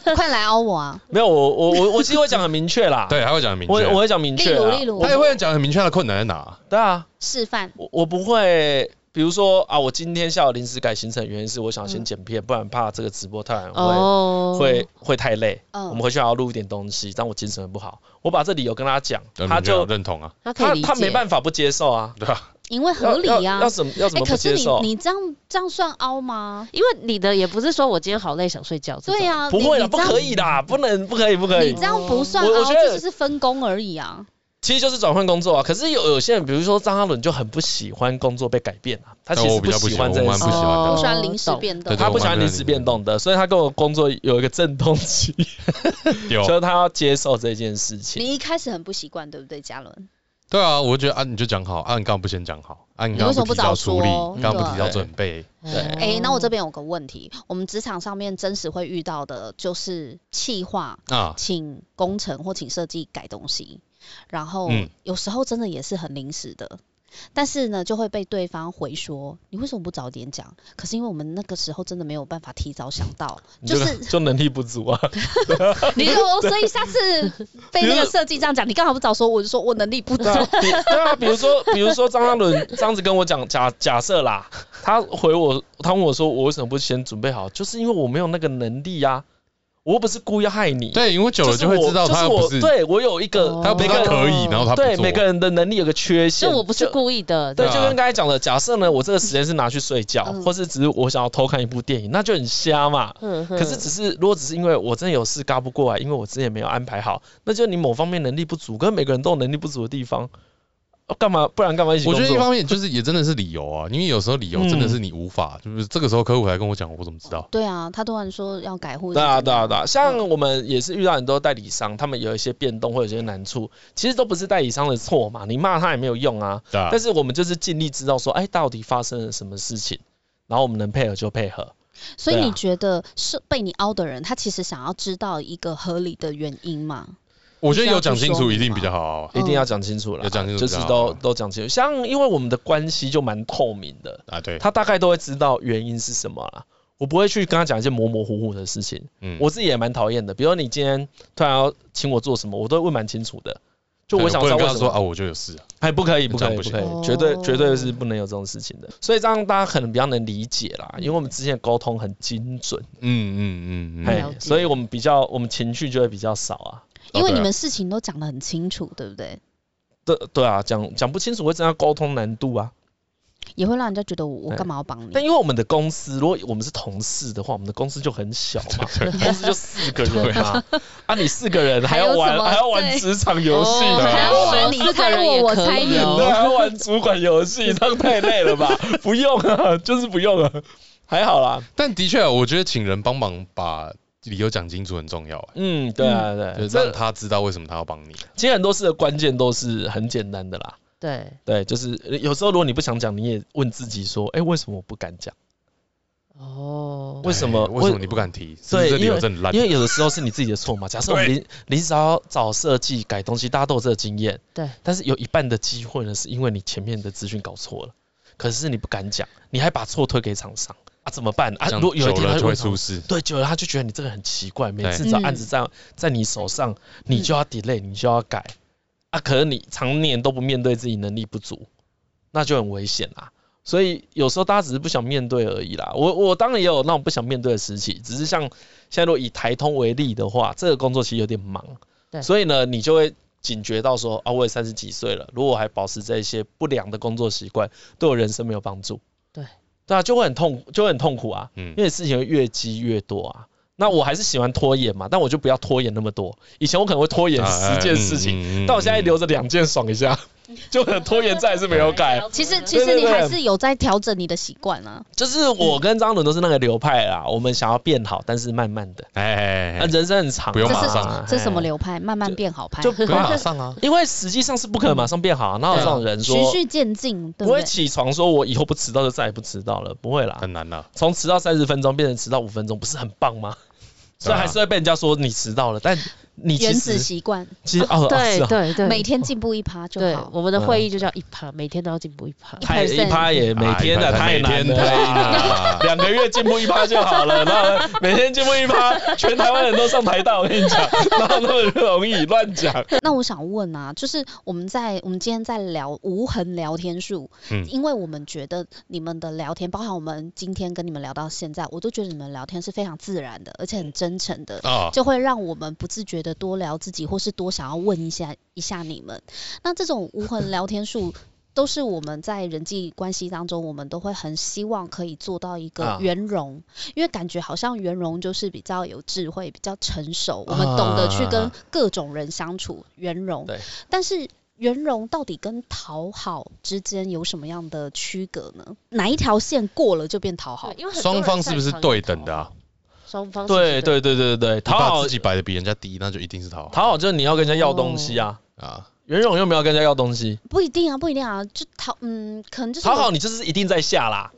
S2: 对
S1: 快来凹我啊！
S3: 没有，我我我 我其实会讲很明确啦。
S2: 对，他会讲很明
S3: 我
S2: 确啊，
S3: 我会讲明
S1: 例
S3: 确
S1: 如
S3: 啊
S1: 例，如，
S2: 他也会讲很明确的困难在哪。
S3: 对啊，
S1: 示范，
S3: 我我不会，比如说啊，我今天下午临时改行程，的原因是我想先剪片，不然怕这个直播太晚会、
S5: 哦，
S3: 会会太累，
S1: 嗯，
S3: 我们回去还要录一点东西，但我精神不好。我把这理由跟他讲，
S2: 对
S3: 他
S2: 明确啊
S3: 就
S2: 认同啊，
S5: 他可
S3: 他
S5: 以理解，
S3: 他没办法不接受啊，
S2: 对吧？
S1: 因为合理
S3: 要
S1: 呀
S3: 要。要怎么要怎
S1: 哎，
S3: 么不
S1: 可是
S3: 接
S1: 你
S3: 受？啊
S1: 你这样这样算凹吗？
S5: 因为你的也不是说我今天好累想睡觉，
S1: 对啊
S5: 呀，
S1: 呀，
S3: 不
S1: 你
S3: 会
S1: 你
S3: 啦，不
S1: 这样
S3: 可以啦，不能不可以不可
S1: 你
S3: 以
S1: 这，样不算
S3: 我我
S1: 凹，
S3: 觉得
S1: 这只是分工而已啊。
S3: 其实就是转换工作啊。可是有有些人，比如说张嘉伦就很不喜欢工作被改变啊，他其
S2: 但
S3: 实
S2: 哦我比较
S3: 喜
S2: 喜
S3: 欢这件
S2: 我蛮
S3: 事
S2: 不喜欢的
S5: 哦
S1: 不喜欢临时变动
S2: 对，
S3: 他
S2: 我
S3: 不喜
S2: 蛮
S3: 欢
S2: 不
S3: 临
S2: 喜
S3: 时
S2: 欢
S3: 变动的，所以他跟我工作有一个阵痛期，
S2: 有
S3: 就是他要接受这件事情。
S1: 你一开始很不习惯，对不对，嘉伦？
S2: 对啊，我就觉得啊，你就讲好啊，你干嘛不先讲好啊？你
S1: 你
S2: 干嘛
S1: 为什么
S2: 不
S1: 不
S2: 提早
S1: 早
S2: 处理？
S1: 说
S2: 你干嘛
S1: 对
S2: 不
S1: 啊
S2: 提早准备？
S5: 哦
S3: 对
S1: 哎，那我
S3: 哦
S1: 这边有个问题，我们职场上面真实会遇到的就是气化，
S2: 啊，
S1: 请工程或请设计改东西，然后
S2: 嗯
S1: 有时候真的也是很临时的，但是呢就会被对方回说你为什么不早点讲？可是因为我们那个时候真的没有办法提早想到，就
S3: 你
S1: 是
S3: 就能力不足啊，
S1: 你就所以 下次被那个设计这样讲，你干嘛不早说？我就说我能力 不足
S3: 对。啊，比对啊，比如说比如说张嘉伦这样子跟我讲，假假设啦，他回我，他问我说我为什么不先准备好，就是因为我没有那个能力呀、啊，我又不是故意要害你，，啊
S2: 对，因为久
S3: 就
S2: 了
S3: 是
S2: 就会
S3: 我
S2: 知道他
S3: 就
S2: 不
S3: 是我
S2: 是，
S3: 对我有一
S5: 哦
S3: 个
S2: 他不
S3: 每
S2: 知
S3: 个
S2: 道
S3: 人
S2: 可以，然后他不
S3: 对
S2: 做
S3: 每个人的能力有个缺陷，
S5: 就我不是故意的，
S3: 对，
S2: 对啊
S3: 就跟刚才讲的，假设呢，我这个时间是拿去睡觉，
S1: 嗯
S3: 或是只是我想要偷看一部电影，那就很瞎嘛。
S5: 嗯哼
S3: 可是只是如果只是因为我真的有事嘎不过来，因为我之前没有安排好，那就你某方面能力不足，跟每个人都有能力不足的地方哦干嘛？不然干嘛一起
S2: 我
S3: 工
S2: 觉
S3: 作？
S2: 得一方面就是也真的是理由啊，因为有时候理由真的是你无法，就是这个时候客户还跟我讲，我怎么知道？
S1: 对啊，他突然说要改或者
S3: 对啊，
S1: 怎
S3: 对
S1: 么
S3: 啊，
S1: 样
S3: 对啊，像我们也是遇到很多代理商，他们有一些变动或有一些难处，其实都不是代理商的错嘛，你骂他也没有用啊。
S2: 对啊
S3: 但，是我们就是尽力知道说，哎，到底发生了什么事情，然后我们能配合就配合。
S1: 所以
S3: 对啊
S1: 你觉得是被你凹的人，他其实想要知道一个合理的原因嘛？
S2: 我觉得有讲清楚一定比较好啊。
S3: 一定要讲清楚了，
S2: 要讲清楚
S3: 就是
S2: 比较好
S3: 都都讲清楚。像因为我们的关系就蛮透明的，
S2: 啊，对，
S3: 他大概都会知道原因是什么啦。我不会去跟他讲一些模模糊糊的事情，
S2: 嗯
S3: 我自己也蛮讨厌的。比如说你今天突然要请我做什么，我都会问蛮清楚的。就我想
S2: 不
S3: 知道
S2: 能跟
S3: 为
S2: 他
S3: 什么
S2: 说啊，我就有事 啊，
S3: 哎，不可以，不可以，
S2: 这样不
S3: 不
S2: 行
S3: 可以，
S1: 哦
S3: 绝对绝对是不能有这种事情的。所以这样大家可能比较能理解啦，因为我们之前沟通很精准，
S2: 嗯嗯嗯
S3: 哎、
S2: 嗯，
S5: 了解
S3: 所以我们比较我们情绪就会比较少啊。
S1: 因为
S2: 对啊
S1: 你们事情都讲得很清楚，对不对？
S3: 对对啊，讲讲不清楚会增加沟通难度啊。
S1: 也会让人家觉得我我干嘛要帮
S3: 但
S1: 你？
S3: 因为我们的公司，如果我们是同事的话，我们的公司就很小嘛，公司就四个人嘛，啊，你四个人还要
S1: 还有
S3: 玩
S1: 什么
S3: 还要玩职场游戏
S5: 哦
S3: 呢，
S5: 还要玩
S1: 你猜我，我猜你。
S3: 对，
S5: 哦
S3: 还要玩主管游戏，这样太累了吧？不用啊， 就是不用啊，还好啦。
S2: 但的确啊，我觉得请人帮忙把理由讲清楚很重要啊，
S3: 嗯，对啊，对啊，
S2: 就是
S3: 这
S2: 让他知道为什么他要帮你。
S3: 其实很多事的关键都是很简单的啦。
S5: 对，
S3: 对，就是呃有时候如果你不想讲，你也问自己说，哎、为什么我不敢讲？
S5: 哦，
S3: 为什么
S2: 哎为什么你不敢提？是不
S3: 对
S2: 是这理
S3: 因
S2: 由
S3: 为
S2: 真的烂
S3: 因？为有的时候是你自己的错 嘛。假设我们临临时要找设计改东西，大家都有这个经验，
S5: 对，
S3: 但是有一半的机会呢，是因为你前面的资讯搞错了，可是你不敢讲，你还把错推给厂商啊，怎么办啊？
S2: 这样
S3: 如果有一天
S2: 久
S3: 他
S2: 了就
S3: 问
S2: 会
S3: 厂商
S2: 出事。
S3: 对，久了他就觉得你这个很奇怪，每
S2: 对
S3: 次只要
S1: 嗯
S3: 案子在在你手上，你就要 delay，你就要改啊。可是你常年都不面对自己能力不足，那就很危险啦。所以有时候大家只是不想面对而已啦。我我当然也有那种不想面对的时期，只是像现在如果以台通为例的话，这个工作其实有点忙，
S5: 对
S3: 所以呢，你就会警觉到说啊，我也三十几岁了，如果我还保持这些不良的工作习惯，对我人生没有帮助。
S5: 对，
S3: 对啊，就会很痛，就会很痛苦啊。
S2: 嗯
S3: 因，为事情会越积越多啊。那我还是喜欢拖延嘛，但我就不要拖延那么多。以前我可能会拖
S2: 啊
S3: 延十
S2: 嗯
S3: 件事情，
S2: 情
S3: 但我现在留
S2: 着。
S3: 着两件爽一下， 就可能拖延再也是没有 改。
S1: 其实其
S3: 对
S1: 实
S3: 对
S1: 你
S3: 对
S1: 还是有在调整你的习惯啊。
S3: 就是我跟张伦都是那个流派啦，我们想要变好，但是慢慢的。
S2: 哎哎，哎
S3: 啊，人生很长啊，
S2: 不用
S1: 这
S2: 马
S1: 是
S2: 上
S3: 啊
S1: 这是什么？流派？慢慢变好派，
S3: 就不
S2: 不用
S3: 用
S2: 马上啊，
S3: 因为实际上是不可能马上变好啊，哪有这种人
S1: 循
S3: 说
S1: 序渐进，对
S3: 不
S1: 不
S3: 会
S1: 对？
S3: 起床说我以后不迟到就再也不迟到了？不会啦，
S2: 很难啊。
S3: 从迟到三十分钟变成迟到五分钟，不是很棒 吗？虽然还是会被人家说你迟到了，但你其
S1: 原子
S3: 实
S1: 习惯，
S3: 其实哦，
S5: 对
S3: 是嗯哦
S5: 对对，
S1: 每天进步一趴就
S5: 对
S1: 好。
S5: 我们的会议就叫一趴，每天都要进步一趴。
S3: 他也一
S1: 1%
S3: 趴也
S2: 啊
S3: 每天的，太难了。
S2: 了。
S3: 两个月进步一趴就好 了，然后每天进步一趴，全台湾人都上台大，我跟你讲，哪有那么容易乱讲？
S1: 那我想问啊，就是我们在我们今天在聊无痕聊天术，
S2: 嗯
S1: 因为我们觉得你们的聊天，包含我们今天跟你们聊到现在，我都觉得你们聊天是非常自然的，而且很真诚 的。
S2: 啊，
S1: 就会让我们不自觉的多聊自己，或是多想要问一下一下你们。那这种无痕聊天术，都是我们在人际关系当中，我们都会很希望可以做到一个
S3: 啊
S1: 圆融，因为感觉好像圆融就是比较有智慧、比较成熟，我们懂得去跟
S3: 啊
S1: 各种人相处，圆融
S3: 对。
S1: 但是圆融到底跟讨好之间有什么样的区隔呢？哪一条线过了就变讨好
S5: 对，？因为很多
S2: 双
S5: 人
S2: 方是不是
S5: 擅长
S2: 对等的啊？
S5: 双方是不
S3: 对
S5: 是
S3: 对对对对对，
S2: 你
S3: 讨
S2: 把
S3: 好
S2: 自己摆的比人家低，那就一定是讨好
S3: 讨好就是你要跟人家要东西啊，
S2: 啊。
S3: 袁咏又没有跟人家要东西，
S1: 不一定啊，不一定啊，就讨嗯，可能就是
S3: 讨
S1: 我
S3: 好你就是一定在下啦，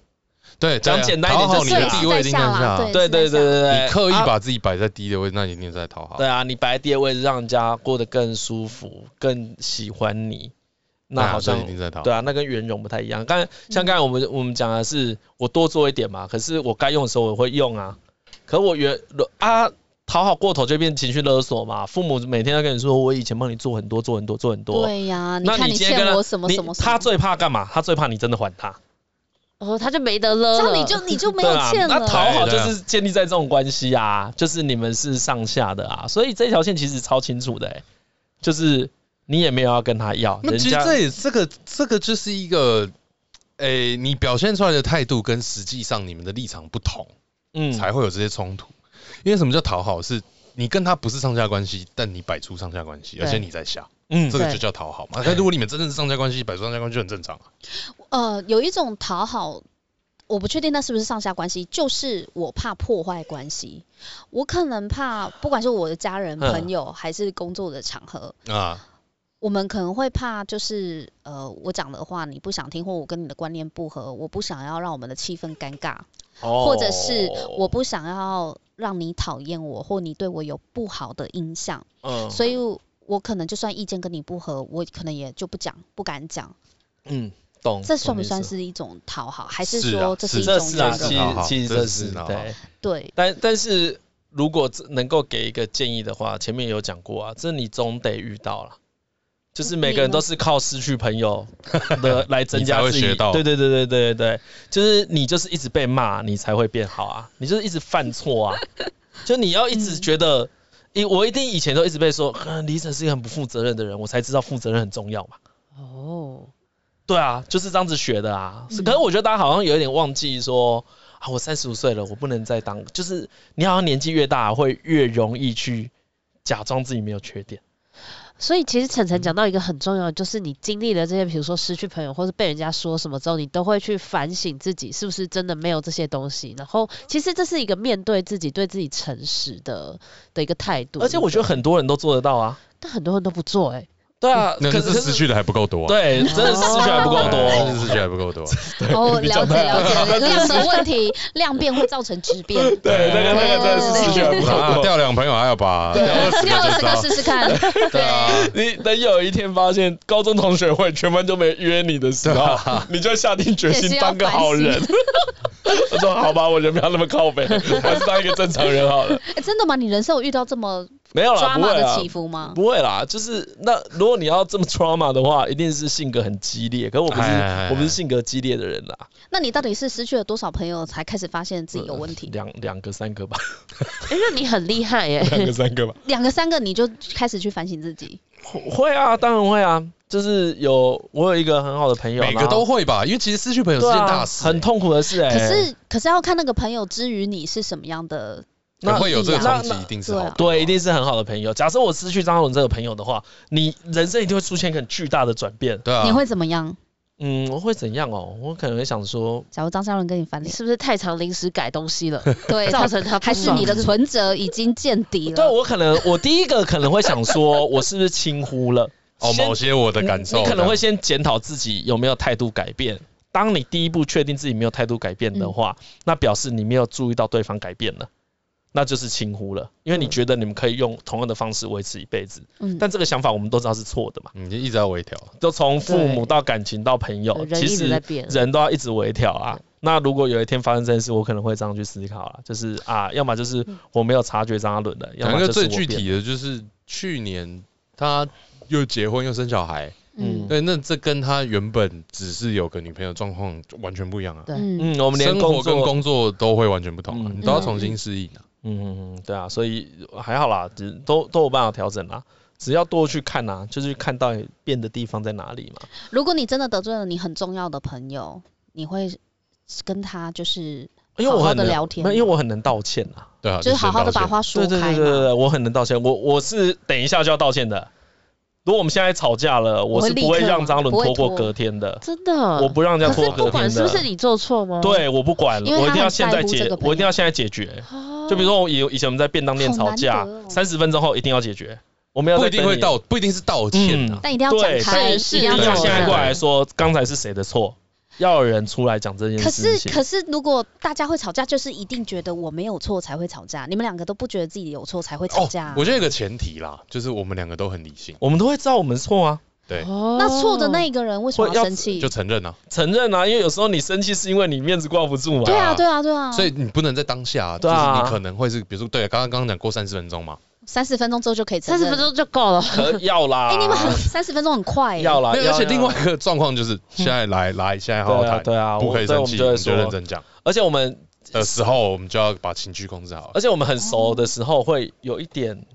S2: 对，
S3: 讲
S2: 对啊
S3: 简单一点
S2: 讨好
S3: 就
S2: 你
S3: 是
S2: 的
S3: 对
S2: 地位一定向
S1: 啦
S2: 下啊。
S3: 对对对对对，
S2: 你刻意
S3: 啊
S2: 把自己摆在低的位置，那一定是在讨好
S3: 对。啊，你摆在第二位，让人家过得更舒服，更喜欢你，那
S2: 那
S3: 好像
S2: 一定在讨好。
S3: 对啊，那跟圆融不太一样。刚才像刚才我们、我们讲的是，我多做一点嘛，可是我该用的时候我会用啊，可我原啊讨好过头就变情绪勒索嘛，父母每天都跟你说我以前帮你做很多做很多做很多，
S1: 对呀、你
S3: 那
S1: 看
S3: 今天跟
S1: 欠
S3: 他
S1: 我什么什么什
S3: 你
S1: 么，
S3: 他最怕干嘛？他最怕你真的还他，
S5: 哦，他就没得了
S1: 这
S5: 了，
S1: 样你就你就没
S3: 对
S1: 有
S3: 啊，
S1: 欠
S3: 那
S1: 了。
S3: 讨好
S2: 对
S3: 就
S2: 对
S3: 是建立在这种关系啊，就是你们是上下的啊，所以这条线其实超清楚的、欸，就是你也没有要跟他要，
S2: 那
S3: 啊人
S2: 其实
S3: 家
S2: 这也这个这个就是一个，诶，你表现出来的态度跟实际上你们的立场不同，
S3: 嗯
S2: 才会有这些冲突。因为什么叫讨好？是你跟他不是上下关系，但你摆出上下关系，
S5: 对
S2: 而且你在下。
S3: 嗯
S2: 这，个
S5: 对
S2: 就叫讨好嘛。那如果你们真的是上下关系，摆上下关系就很正常啊。
S1: 呃，有一种讨好，我不确定那是不是上下关系，就是我怕破坏关系，我可能怕，不管是我的家人、
S3: 嗯
S1: 朋友，还是工作的场合，
S2: 啊，
S1: 我们可能会怕，就是呃，我讲的话你不想听，或我跟你的观念不合，我不想要让我们的气氛尴尬，
S3: 或
S1: 或者是
S3: 哦
S1: 我不想要让你讨厌我，或你对我有不好的印象，
S3: 嗯
S1: 所以我可能就算意见跟你不合，我可能也就不讲，不敢讲。
S3: 嗯，懂。
S1: 这算
S3: 懂
S1: 不
S3: 你意
S1: 算
S3: 思？
S1: 是一种讨好，还是
S2: 是
S1: 说
S2: 啊
S1: 这
S2: 是
S1: 一
S3: 这
S1: 种
S3: 是
S1: 人
S3: 啊，
S2: 这
S1: 格
S2: 是
S3: 其
S2: 讨好
S3: 其实
S2: 这是
S3: 是
S2: 讨好
S3: 对。
S1: 对，
S3: 但但是如果只能够给一个建议的话，前面有讲过啊，这你总得遇到了。就是每个人都是靠失去朋友的 来增
S2: 你
S3: 加
S2: 才会
S3: 自己
S2: 学，到
S3: 对对对对对对，就是你就是一直被骂，你才会变好啊，你就是一直犯错 啊，就你要一直觉得，一我一定以前都一直被说，啊李晨是一个很不负责任的人，我才知道负责任很重要嘛。
S5: 哦，
S3: 对啊，就是这样子学的啊。是可是我觉得大家好像有一点忘记说，啊，我三十五岁了，我不能再当，就是你好像年纪越大，会越容易去假装自己没有缺点。
S5: 所以其实晨晨讲到一个很重要的，就是你经历了这些，比如说失去朋友，或是被人家说什么之后，你都会去反省自己是不是真的没有这些东西。然后其实这是一个面对自己、对自己诚实的的一个态度。
S3: 而且我觉得很多人都做得到啊。
S5: 但很多人都不做哎、
S3: 对啊，
S2: 那
S3: 可
S2: 可是
S3: 是
S2: 失去的还不够多啊。
S3: 对，真的是失去还不够
S2: 真的
S3: 多。
S2: 啊是失去还不够 多啊。
S1: 哦，
S3: 你
S1: 了
S3: 讲
S1: 解了
S3: 得
S1: 解，量的问题，量变会造成质变。
S3: 对，那个那个真的是失去还不
S2: 啊，
S3: 够多。
S2: 掉两朋友还有吧，掉
S3: 啊
S2: 二十
S1: 量
S2: 个
S1: 二
S2: 就
S1: 十个试。试
S2: 知道
S1: 看，
S2: 对啊，
S3: 你等有一天发现高中同学会全班都没约你的时候，你就下定决
S1: 也是
S3: 心
S1: 要
S3: 当个好人
S1: 反。
S3: 我说好吧，我人不要那么靠北，我还是当一个正常人好了。
S1: 哎真的吗？你人生有遇到这么
S3: 没有啦，
S1: 抓
S3: 不
S1: 马
S3: 会啊
S1: 的
S3: 啦，
S1: 起伏吗？
S3: 不会啦，就是那如果你要这么 trauma 的话，一定是性格很激烈。可是我不是，
S2: 哎哎哎哎
S3: 我不是性格激烈的人啦，
S1: 那你到底是失去了多少朋友才开始发现自己有
S3: 嗯
S1: 问题？
S3: 两两个三个吧，
S5: 哎、那你很厉害哎、
S3: 两个三个吧。
S1: 两个三个你就开始去反省自己，
S3: 会啊，当然会啊，就是有我有一个很好的朋友，
S2: 每
S3: 然
S2: 个
S3: 后
S2: 都会吧，因为其实失去朋友是
S3: 对
S2: 件
S3: 啊
S2: 大事欸，
S3: 很痛苦的事哎、
S1: 可是可是要看那个朋友之于你是什么样的，
S2: 那会有这个
S1: 那
S2: 冲击，
S3: 那
S2: 一定是好。
S3: 对，一定是很好的朋友。假设我失去张浩伦这个朋友的话，你人生一定会出现一个很巨大的转变。
S2: 对啊，
S1: 你会怎么样？
S3: 嗯，我会怎样哦？我可能会想说，
S1: 假如张嘉伦跟你翻
S5: 你
S1: 脸，
S5: 是不是太常临时改 东西了，
S1: 对，
S5: 造成他不
S1: 还是
S5: 爽
S1: 你的存折已经见底
S3: 对
S1: 了？
S3: 我可能我第一个可能会想说，我是不是轻忽了？
S2: 哦，
S3: 先
S2: 某些我的感受，
S3: 你可能会先检讨自己有没有态度改变。当你第一步确定自己没有态度改变的
S5: 嗯
S3: 话，那表示你没有注意到对方改变了，那就是轻忽了，因
S5: 嗯
S3: 为你觉得你们可以用同样的方式维持一辈子，
S1: 嗯，
S3: 但这个想法我们都知道是错的嘛。
S2: 嗯，你就一直要微调。
S3: 就从父母
S5: 对
S3: 到感情到朋友，
S5: 人
S3: 其
S5: 一直在
S3: 实
S5: 变。
S3: 人都要一直微调啊。那如果有一天发生这件事，我可能会这样去思考啦，就是啊，要么就是
S5: 嗯
S3: 我没有察觉张阿伦的，要
S2: 讲
S3: 么
S2: 一
S3: 就
S2: 个
S3: 是
S2: 最
S3: 我
S2: 具
S3: 变
S2: 体的，就是去年他又结婚又生小孩，
S1: 嗯
S2: 对，那这跟他原本只是有个女朋友状况完全不一样啊。
S5: 对
S1: 嗯，
S3: 嗯，我们连
S2: 生活跟
S3: 工作
S2: 工作都会完全不同啊，
S3: 嗯
S2: 你都要重新适应啊。
S3: 嗯，嗯嗯，对啊，所以还好啦，只都都有办法调整啦，只要多去看啦，就是看到底变的地方在哪里嘛。
S1: 如果你真的得罪了你很重要的朋友，你会跟他就是
S3: 因为
S1: 好
S3: 我
S1: 好
S3: 很
S1: 地
S3: 能
S1: 聊天
S3: 没有因为我很能道歉啊，
S2: 对啊，
S1: 就是好好的把
S2: 先道歉
S1: 话说
S3: 对对
S1: 开
S3: 对对对
S1: 嘛。
S3: 对，我很能道歉，我我是等一下就要道歉的。如果我们现在吵架了，
S1: 我
S3: 我
S1: 会
S3: 是
S1: 立
S3: 不会
S1: 刻
S3: 让
S1: 嘛
S3: 张伦
S1: 不会
S3: 拖过
S1: 拖嗯
S3: 隔天的，
S5: 真的，
S3: 我不让人家
S5: 可
S3: 拖
S5: 是
S3: 隔
S5: 不管
S3: 天
S5: 是不是
S3: 的。
S5: 你做错吗？
S3: 对，我不管，
S1: 因为
S3: 我一
S1: 他
S3: 定要
S1: 很
S3: 现
S1: 在
S3: 在
S1: 乎
S3: 解
S1: 这个，
S3: 我一
S1: 朋
S3: 定要
S1: 友
S3: 现在解决。
S5: 哦，
S3: 就比如说，我以以前我们在便当店
S1: 好
S3: 吵
S1: 难
S3: 架
S1: 得哦，
S3: 三十分钟后一定要解决，我没有
S2: 不
S3: 在
S2: 一定
S3: 等
S2: 会
S3: 你
S2: 道，不一定是道歉啊。
S1: 但一定要
S3: 对
S1: 讲开，
S5: 是
S1: 一定要
S3: 一定
S1: 讲
S3: 要
S5: 是
S3: 现在
S1: 开
S3: 过来说刚才是谁的错，要有人出来讲这件
S1: 可
S3: 事
S1: 是
S3: 情。
S1: 可是，如果大家会吵架，就是一定觉得我没有错才会吵架，你们两个都不觉得自己有错才会吵
S2: 哦
S1: 架啊、，
S2: 我觉得有个前提啦，就是我们两个都很理性，
S3: 我们都会知道我们错啊，
S2: 对，
S5: 哦
S1: 那错的那一个人为什么
S3: 会要
S1: 要生气
S2: 就？承认啊。
S3: 承认啊，因为有时候你生气是因为你面子挂不住嘛。
S1: 对啊，对啊，对啊。
S2: 所以你不能在当下啊，就
S3: 对
S2: 是
S3: 啊
S2: 你可能会是，比如说对，刚刚刚刚讲过三十分钟嘛，
S1: 三十分钟之后就可以承
S5: 三
S1: 认。
S5: 十分钟就够了。
S3: 可要啦。
S1: 哎、你们很三十分钟很快、欸。
S3: 要啦，
S2: 没有，
S3: 啊要
S2: 而且
S3: 要嗯
S2: 另外一个状况就是现在来来，现在好好
S3: 对啊
S2: 谈，
S3: 对啊，
S2: 不可以
S3: 我对
S2: 生
S3: 我
S2: 气，
S3: 们
S2: 我
S3: 就会
S2: 们就认
S3: 说，
S2: 真讲
S3: 而且我们
S2: 的时候，我们就要把情绪控制好。
S3: 而且我们很熟的时候会有一点，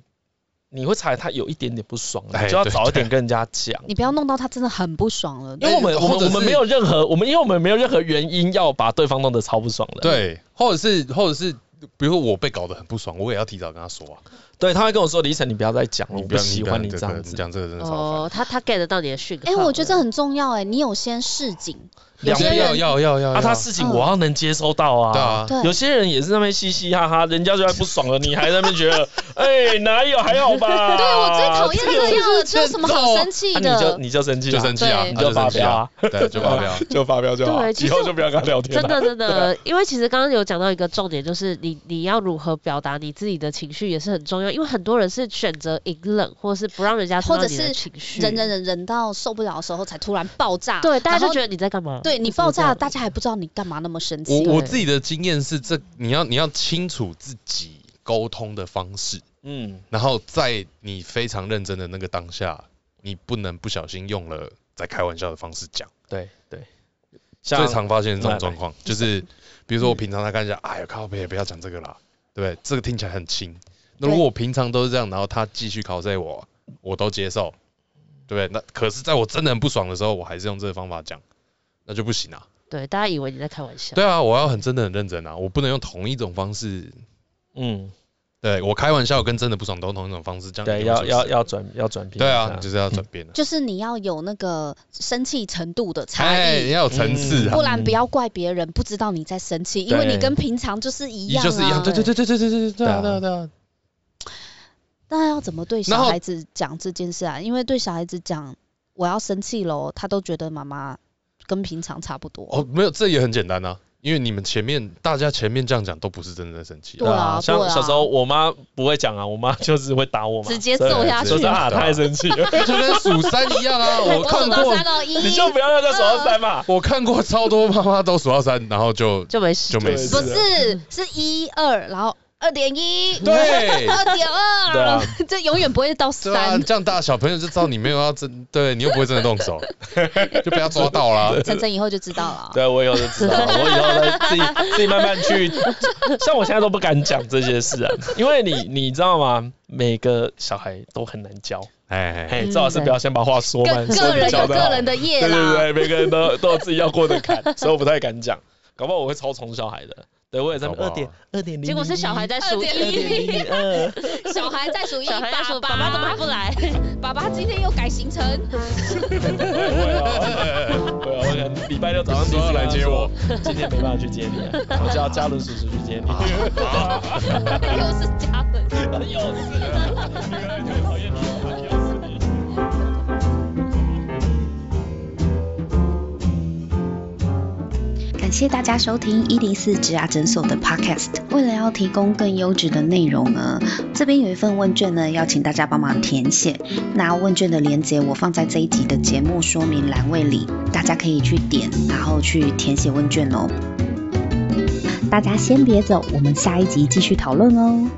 S3: 你会察觉他有一点点不爽，
S2: 哎
S3: 你就要
S2: 对哎
S3: 早一点跟人家讲。
S1: 你不要弄到他真的很不爽了。
S3: 因为我们我
S2: 或者
S3: 们我们
S2: 是
S3: 没有任何我们因为我们没有任何原因要把对方弄得超不爽的。
S2: 对，或者是或者是比如说我被搞得很不爽，我也要提早跟他说啊。
S3: 对，他会跟我说：“李晨，你不要再讲了，
S2: 你
S3: 我
S2: 不要
S3: 喜欢你
S2: 这
S3: 这
S2: 个
S3: 样
S2: 你
S3: 子。
S2: 讲这个真的超烦。
S5: 哦，他他 get 得到你的讯号。
S1: 哎、我觉得这很重要哎、你有先示警，有
S2: 两
S1: 些
S2: 边要
S1: 人
S2: 要要要
S3: 啊，他
S2: 要
S3: 事情我要能接收到啊。
S2: 嗯对啊，
S1: 对
S3: 有些人也是那边嘻嘻哈哈，人家就在不爽了，你还在那边觉得，哎、哪有还好吧？
S1: 对我最讨厌啊这样了，
S3: 这
S1: 这有什么好生气
S3: 啊你就
S1: 的？
S3: 你就生气
S2: 就
S3: 了，
S2: 生气啊，
S1: 对
S3: 你
S2: 他就生
S3: 就发
S2: 气
S3: 飙
S2: 啊
S3: 啊，，
S2: 对，就发 飙。
S3: 就发飙就好，
S5: 对其
S3: 以
S5: 实
S3: 后就不要跟他聊天
S5: 真
S3: 了。
S5: 的真的，因为其实刚刚有讲到一个重点，就是你你要如何表达你自己的情绪也是很重要，因为很多人是选择隐忍，或是不让人家知道
S1: 或者
S5: 你的
S1: 是
S5: 情绪，
S1: 忍忍忍忍到受不了的时候才突然爆炸，
S5: 对，大家
S1: 然
S5: 就
S1: 后
S5: 觉得你在干嘛？
S1: 对你
S5: 为什么
S1: 爆
S5: 这
S1: 炸，
S5: 样
S1: 大家还不知道你干嘛那么生
S2: 我
S1: 气。
S2: 我
S5: 对
S2: 自己的经验是这，你要你要清楚自己沟通的方式，
S3: 嗯，
S2: 然后在你非常认真的那个当下，你不能不小心用了在开玩笑的方式讲。
S3: 对对，
S2: 最
S3: 像
S2: 常发现这种状况，就是比如说我平常在看一下，哎呀靠别不要讲这个啦，对不对？这个听起来很轻。那如果我平常都是这样，然后他继续拷贝我，我都接受，对不对？那可是在我真的很不爽的时候，我还是用这个方法讲，那就不行啊。
S5: 对，大家以为你在开玩笑。
S2: 对啊，我要很真的很认真啊，我不能用同一种方式，
S3: 嗯，
S2: 对我开玩笑跟真的不爽都用同一种方式，这样
S3: 对，
S2: 一定会
S3: 要
S2: 出
S3: 要
S2: 事
S3: 要转要转变一
S2: 对
S3: 下。
S2: 啊，你就是要转变了，
S1: 就是你要有那个生气程度的差
S2: 哎，
S1: 异，
S2: 你要有层次啊
S1: 不，然不要怪别人不知道你在生气，因为
S3: 对
S1: 你跟平常就是一
S2: 你
S1: 样啊。
S2: 就是一样，对对对对对对对对啊
S3: 对
S2: 对
S3: 啊
S2: 啊对啊，
S1: 那要怎么对
S2: 然
S1: 小
S2: 后
S1: 孩子讲这件事啊？因为对小孩子讲我要生气喽，他都觉得妈妈跟平常差不多。
S2: 哦，没有，这也很简单啊，因为你们前面大家前面这样讲都不是真的在生气啊，
S1: 对啊
S3: 像
S1: 对啊
S3: 小时候我妈不会讲啊，我妈就是会打我嘛，
S5: 直接
S3: 所以
S5: 揍下去
S3: 就是啊，
S2: 对啊
S3: 太生气 了，
S2: 就跟数三一样啊，我看
S1: 数到
S2: 过
S1: 三到一，
S3: 你就不要让她手上塞嘛。
S2: 我看过超多妈妈都数到三，然后就
S5: 就没事，
S2: 就没
S1: 不
S2: 事了，
S1: 是是一二，然后二点一，
S2: 对
S1: 二点
S3: 对啊
S1: 二， 这永远不会到
S2: 对啊，
S1: 三。
S2: 这样大家小朋友就知道你没有要真，对你又不会真的动手，就被他抓到 啦。
S1: 晨晨以后就知道了。
S2: 啊
S3: 对，我以后就知道 了，我以后再自己自己慢慢去。像我现在都不敢讲这些事啊，因为你你知道吗？每个小孩都很难教，
S2: 哎，
S3: 哎，最好是不要先把话说
S1: 嗯个
S3: 满，说
S1: 个
S3: 你
S1: 人
S3: 教
S1: 有
S3: 的
S1: 个
S3: 好。
S1: 人的业
S3: 对对
S1: 啦，
S3: 对，每个人都都有自己要过的坎，所以我不太敢讲，搞不好我会超宠小孩的。对，我也在
S2: 搞不好
S3: 二点二点零，
S5: 结果是小孩在数
S3: 二点
S5: 一，
S3: 零零二，
S1: 小孩在数一，
S5: 小孩在数
S1: 爸
S5: 爸爸怎么还不来？
S1: 爸爸今天又改行程。
S3: 会啊会啊，我可能礼拜六早上
S2: 说要来接我，
S3: 今天没办法去接你啊，我叫嘉伦叔叔去接你。啊
S1: 又是家人。
S3: 有事，女儿就讨厌你，又是你。
S4: 感谢大家收听一零四植牙诊所的 Podcast。为了要提供更优质的内容呢，这边有一份问卷呢，要请大家帮忙填写。那问卷的链接我放在这一集的节目说明栏位里，大家可以去点，然后去填写问卷哦。大家先别走，我们下一集继续讨论哦。